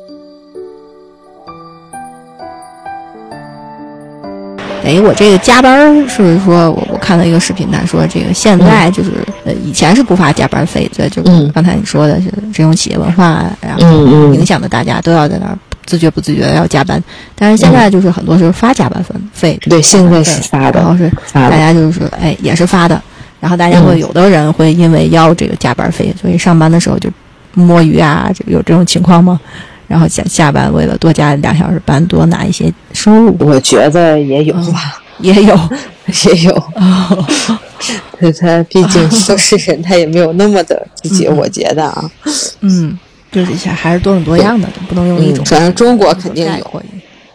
等哎于我这个加班儿是说，我我看到一个视频，他说这个现在就是、呃，以前是不发加班费的，就是嗯刚才你说的是这种企业文化，啊然后嗯影响的大家都要在那儿自觉不自觉的要加班，但是现在就是很多是发加班分费，嗯对，现在是发然后的，是发大的，家就是说，哎，也是发的。然后大家会嗯有的人会因为要这个加班费，所以上班的时候就摸鱼啊，这有这种情况吗？然后下下班为了多加两小时班，多拿一些收入，我觉得也有嗯吧，也有。 也有。哦对他，毕 竟都是人，他也没有那么的自己，我觉得啊，嗯，就是想还是多种多样的，不能用一种嗯，。反正中国肯定概有，括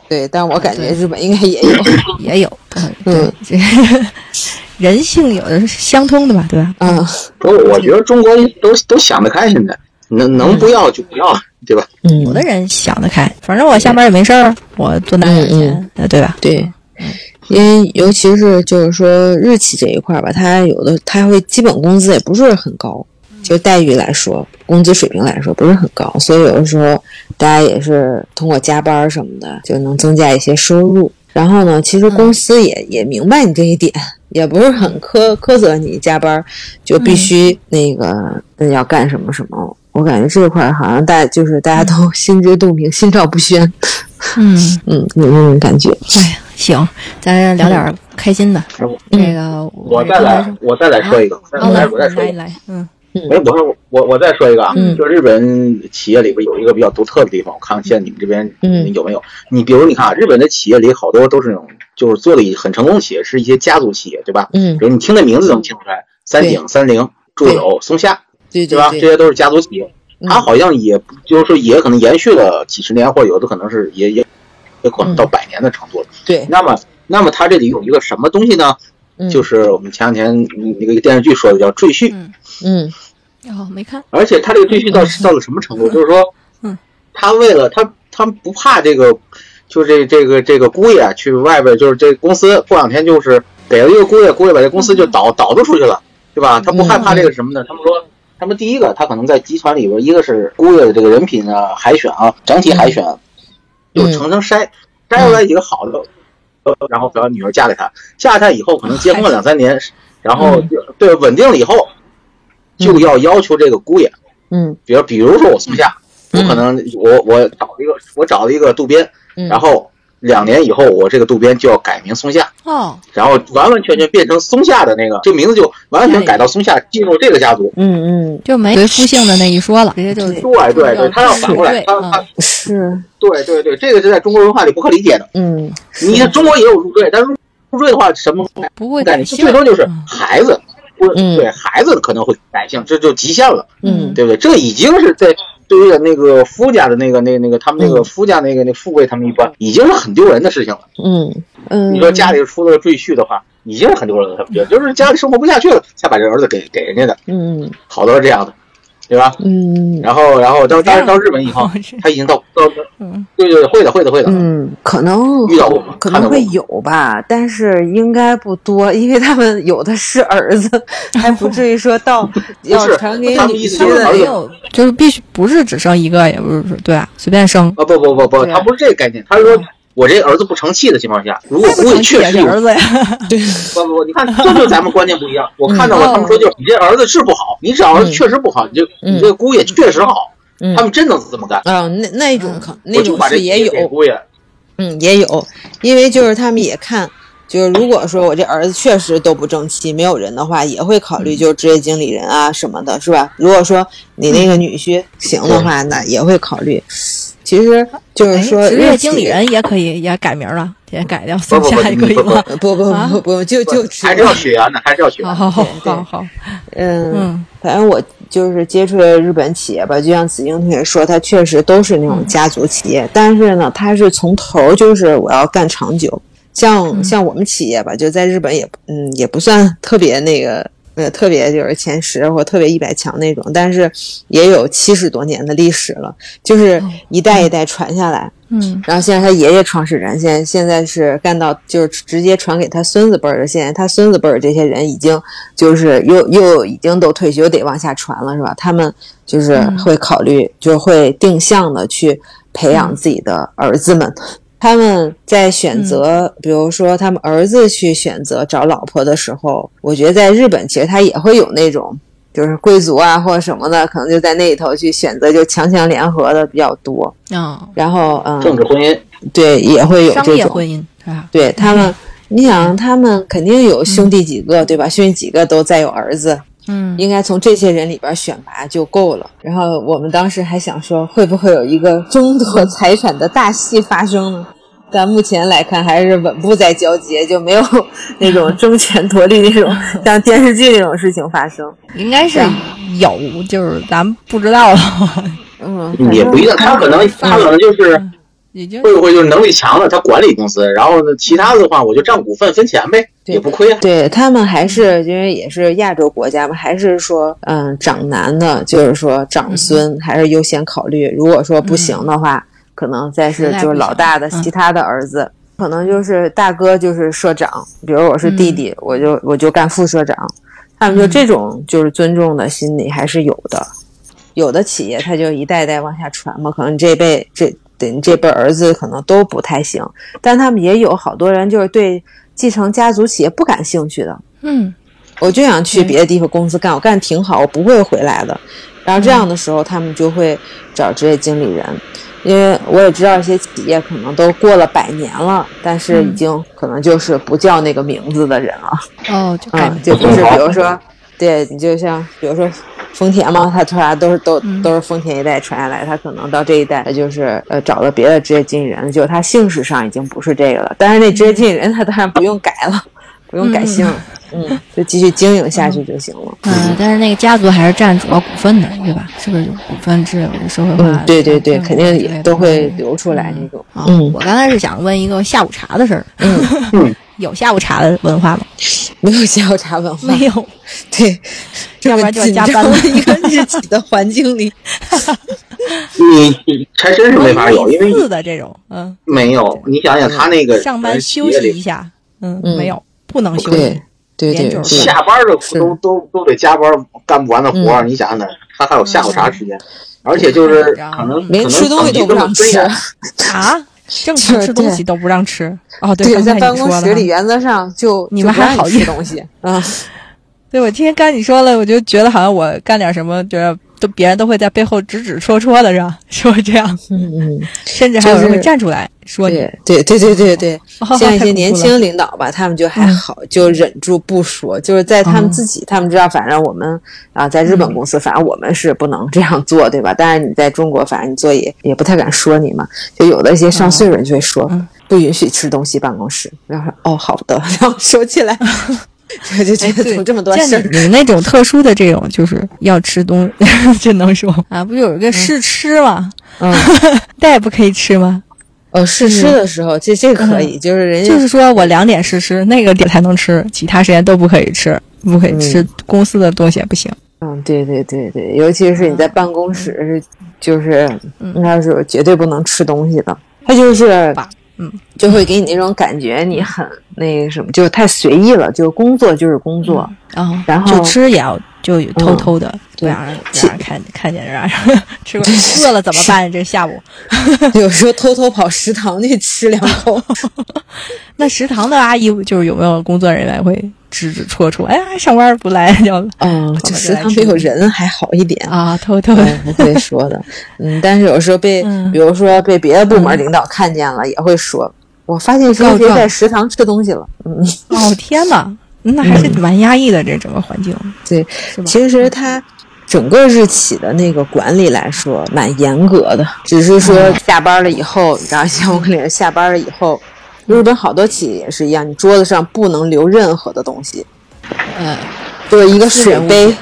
对，但我感觉对日本应该 也有。也有，对嗯，这 人性有的是相通的吧，对吧？嗯我我觉得中国都都想得开，现在能能不要就不要，对吧？有嗯的人想得开，反正我下班也没事儿，啊我多拿点嗯钱，呃，对吧？对，因为尤其是就是说日企这一块儿吧，它有的它会基本工资也不是很高，就待遇来说，工资水平来说不是很高，所以有的时候大家也是通过加班儿什么的就能增加一些收入。然后呢，其实公司也、也明白你这一点， 也不是很苛苛责你加班儿就必须那个、嗯、要干什么什么。我感觉这块儿好像大就是大家都心知肚明、心照不宣，嗯，嗯，有那种感觉。哎呀，行，咱聊点儿开心的。嗯哦这个我再来，我再来说一个，我刚才再说，我来再说一来个。来，嗯没，我说我我再说一个啊，嗯就日本企业里边有一个比较独特的地方，我看看现在你们这边嗯有没有？你比如你看啊，日本的企业里好多都是那种就是做的很成功的企业，是一些家族企业，对吧？嗯比，如你听这名字就能听出来，三井、三菱、住友、松下，对嗯对吧？这些都是家族企业，它好像也就是说也可能延续了几十年，或者有的可能是也也也嗯可能到百年的程度了。对，那么，那么它这里有一个什么东西呢？嗯就是我们前两天嗯那个电视剧说的叫赘婿，嗯，嗯哦，没看，而且它这个赘婿到到了什么程度？就是说嗯，他为了他他不怕这个，就这这个这个姑爷啊去外边，就是这公司过两天就是给了一个姑爷，姑爷把这公司就倒倒腾出去了，对吧？他不害怕这个什么呢？他们说。他们第一个，他可能在集团里边，一个是姑爷的这个人品啊、海选啊、整体海选，就嗯层层筛，筛出来几个好的，呃，然后把女儿嫁给他，嫁给他以后可能结婚了两三年，然后就对稳定了以后，就要要求这个姑爷，嗯比如比如说我松下，我嗯可能我我找了一个我找了一个渡边，嗯然后两年以后我这个渡边就要改名松下，哦，然后完完全全变成松下的那个，这名字就完完全改到松下，进入这个家族。嗯嗯，就没随夫姓的那一说了，直接就对对对，他要反过来，对他他嗯是，对对对，这个是在中国文化里不可理解的。嗯你看中国也有入赘，但是入赘的话什么不不会改改名？姓最，多就是嗯，孩子，或者嗯对孩子可能会改姓，这就极限了，嗯对不对？这已经是在对于那个夫家的那个那那个他们那个嗯夫家那个那富贵他们一般，已经是很丢人的事情了。嗯嗯，你说家里出了赘婿的话，已经是很丢人了，他们觉得就是家里生活不下去了，才把这儿子给给人家的，嗯好多是这样的，对吧？嗯然后然后到当然到日本以 后是他已经到到嗯对对对会的会的会的，嗯，可能遇到过吗？可看到能过会吗有吧，但是应该不多，因为他们有的是儿子，还不至于说到要是传给他们女意思他婿就是们儿没子的。有，就是必须不是只生一个，也不是对啊，随便生，啊不不不不，对啊他不是这个概念，他是说我这儿子不成器的情况下，如果再不姑成爷啊亲确也是实有儿子呀，不不，不，你看，这就是咱们观念不一 样。我看到了，嗯哦他们说就是你这儿子是不好，你这儿子确实不好，你这嗯你这姑爷确实好，嗯他们真能这么干。啊，那那种可那我就种把这是也有，给姑爷，嗯，也有，因为就是他们也看，就是如果说我这儿子确实都不争气，没有人的话，也会嗯考虑就是职业经理人啊什么的，是吧？如果说你那个嗯女婿行的话，那也会考虑。其实就是哎嗯 说，职业经理，人也可以，也改名了，也改掉松下也可以不不吗？不不啊不不，就就职还是要血缘的，还是要啊血好缘。好好对好好，嗯，嗯反正我就是接触的日本企业吧，就像子英同学说，它确实都是那种家族企业，但是呢，它是从头儿就是我要干长久。像像我们企业吧，就在日本也嗯也不算特别那个呃特别就是前十或特别一百强那种，但是也有七十多年的历史了，就是一代一代传下来。嗯然后现在他爷爷创始人，现在现在是干到就是直接传给他孙子辈儿的，现在他孙子辈儿这些人已经就是又又已经都退休，得往下传了，是吧？他们就是会考虑，就会定向的去培养自己的儿子们。他们在选择，比如说他们儿子去选择找老婆的时候，我觉得在日本其实他也会有那种。就是贵族啊，或者什么的，可能就在那里头去选择，就强强联合的比较多。啊，然后，嗯，政治婚姻，对，也会有商这业种。婚姻嗯是吧？对他们，你想，他们肯定有兄弟几个，对吧？兄弟几个都再有儿子，嗯应该从这些人里边选拔就够了。然后我们当时还想说，会不会有一个争夺财产的大戏发生呢？但目前来看，还是稳步在交接，就没有那种争权夺利 那种像电视剧那种事情发生。应该是有，就是咱们不知道了，嗯，嗯也不一定，他可能他可能就是已经会不会就是能力强的，他管理公司，然后呢，其他的话我就占股份分钱呗，对也不亏啊。对他们还是因为也是亚洲国家嘛，还是说，嗯，长男的，就是说长孙嗯还是优先考虑。如果说不行的话，可能再实是嗯在就是不老行大的嗯其他的儿子，可能就是大哥就是社长，比如我是弟弟，嗯我就我就干副社长。他们就这种就是尊重的心理还是有的，有的企业它就一代代往下传嘛，可能这辈这对你这辈儿子可能都不太行，但他们也有好多人就是对继承家族企业不感兴趣的，嗯我就想去别的地方公司干，我干得挺好，我不会回来的。然后这样的时候，他们就会找职业经理人，因为我也知道一些企业可能都过了百年了，但是已嗯经可能就是不叫那个名字的人了。哦，就感嗯，觉就不是比如说，对你就像比如说丰田嘛，他传都是都嗯都是丰田一代传下来，他可能到这一代他就是呃找了别的职业经理人，就他姓氏上已经不是这个了，但是那职业经理人他当然不用改了，不用改姓， 嗯，就继续经营下去就行了。嗯，但是那个家族还是占主要股份的，对吧？是不是有股份制、有社会化的？嗯，对对对，政府肯定之类也的都会流出来那嗯种。啊嗯我刚才是想问一个下午茶的事儿，嗯， 有下午茶的文化吗？没有下午茶文化，没有，对，这要不么然就要紧加张班了的一个日企的环 境里，你你还嗯真是没法有，因为类似的这种，嗯，没有。你想想他那个呃上班休息一下，嗯，嗯没有，不能休息 对。对对研究对，是下班的是嗯都都都得加班干不完的活儿，你想想，他还有下午茶时间，而且就是可能连可能吃东西都不让吃。 啊，正常吃东西都不让吃。哦，刚才在你办公说室了里哈。原则上就你就们不还让好吃意东 西啊，对，我今天刚你说了，我就觉得好像我干点什么，觉得都别人都会在背后指指戳戳的，是吧？ 是不是这样？嗯嗯，甚至还有人就会是站出来说你。对对对对对对哦，像太一些恐年怖了轻领导吧，他们就还好，就忍住不说，就是在他们嗯自己，他们知道，反正我们啊，在日本公司，反正我们是不能这样做，对吧？但是你在中国，反正你做也也不太敢说你嘛，就有的一些上岁数人就会说哦嗯不允许吃东西办公室，然后说哦好的， 然后收起 来，我就觉哎，得 对，怎么这么多像事儿你。你那种特殊的这种，就是要吃东， 这能说啊？不就有一个试吃吗？嗯， 大夫可以吃吗？呃，试吃的时候，这这个可以，就是人家嗯就是说我两点试吃，那个点才能吃，其他时间都不可以吃，不可以吃公司的东西也不行。嗯，对对对对，尤其是你在办公室是，就是嗯应该是绝对不能吃东西的。他就是吧，嗯，就会给你那种感觉，你很那个什么，就是太随意了，就是工作就是工作。啊，哦然后嗯就吃也要就偷偷的，不对让人不让人看看见，让人啊 吃过饿了怎么办？这下午嗯 有时候偷偷跑食堂去吃两 哦口。那食堂的阿姨就是有没有工作人员会指指戳戳？哎呀，上班不来就嗯，跑就着食来堂吃没有人还好一点。啊，偷偷对，不会说 的，嗯，但是有时候被，嗯比如说被别的部门领导看见了，也会说，我发现谁告谁谁状在食堂吃东西了，嗯，哦天哪，那还是蛮压抑的这整个环境，对，是吧？其实它整个日企的那个管理来说蛮严格的，只是嗯说下班了以后，然后像我跟你说下班了以后，日本好多企业也是一样，你桌子上不能留任何的东西，嗯，就是一个私人水物杯。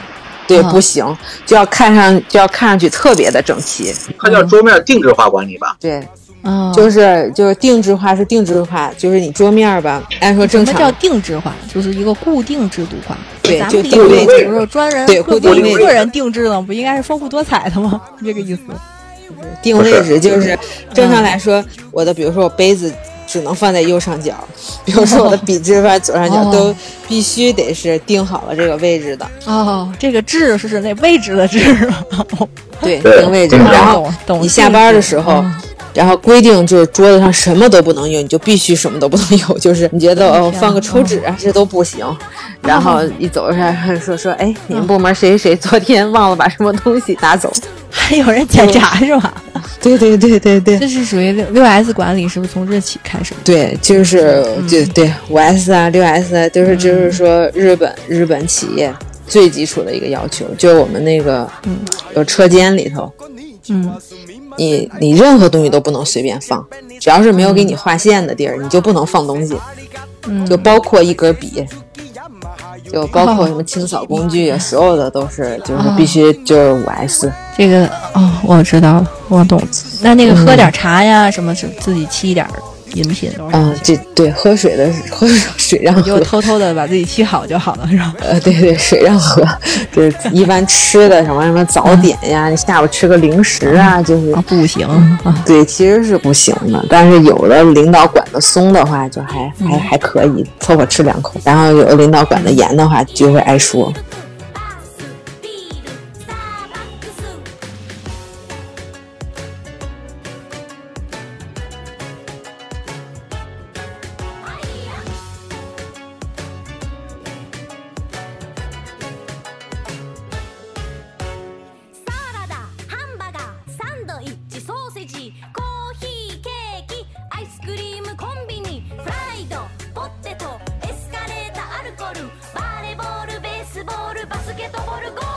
对，嗯不行，就要看上就要看上去特别的整齐。嗯他叫桌面定制化管理吧？对，啊，就是就是定制化是定制化，就是你桌面儿吧，按说正什么叫常，定制化？就是一个固定制度化。对咱就们定定位制，比如说专人对个固定个位个人定制的，不应该是丰富多彩的吗？ 这个意思。定位置就是正常嗯来说，我的比如说我杯子只能放在右上角，比如说我的笔支放在左上角，哦都必须得是定好了这个位置的。哦，这个制是指那位置的制。对，对定位置。嗯然啊后懂懂。你下班的时候嗯，然后规定就是桌子上什么都不能有，你就必须什么都不能有。就是你觉得哦，天啊放个抽纸啊，这都不行。然后一走出来说说，哎，你们部门谁谁昨天忘了把什么东西拿走？还 有人检查是吧？对对对对对。这是属于六 S 管理，是不是从日起开始？对，就是嗯对对五 S 啊，六 S 啊，就是就是说日本日本企业最基础的一个要求，就是我们那个嗯有车间里头，嗯，你你任何东西都不能随便放，只要是没有给你划线的地儿，你就不能放东西，嗯就包括一根笔，就包 括什么清扫工具啊，所有的都是就是嗯必须就是五 S，这个哦，我知道了，我懂了。那那个喝点茶呀，什么是自己沏一点饮品都是嗯，这对喝水的喝水让就喝。偷偷的把自己沏好就好了，是吧？呃，对对，水让喝，就是一般吃的什么什么早点呀，你下午吃个零食啊，就是啊，不行啊，对，其实是不行的。但是有的领导管的松的话，就还还还可以凑合吃两口；然后有的领导管的严的话，就会挨说。サラダハンバーガーサンドイッチソーセージコーヒーケーキアイスクリームコンビニフライドポテトエスカレーターアルコールバレーボールベースボールバスケットボールゴール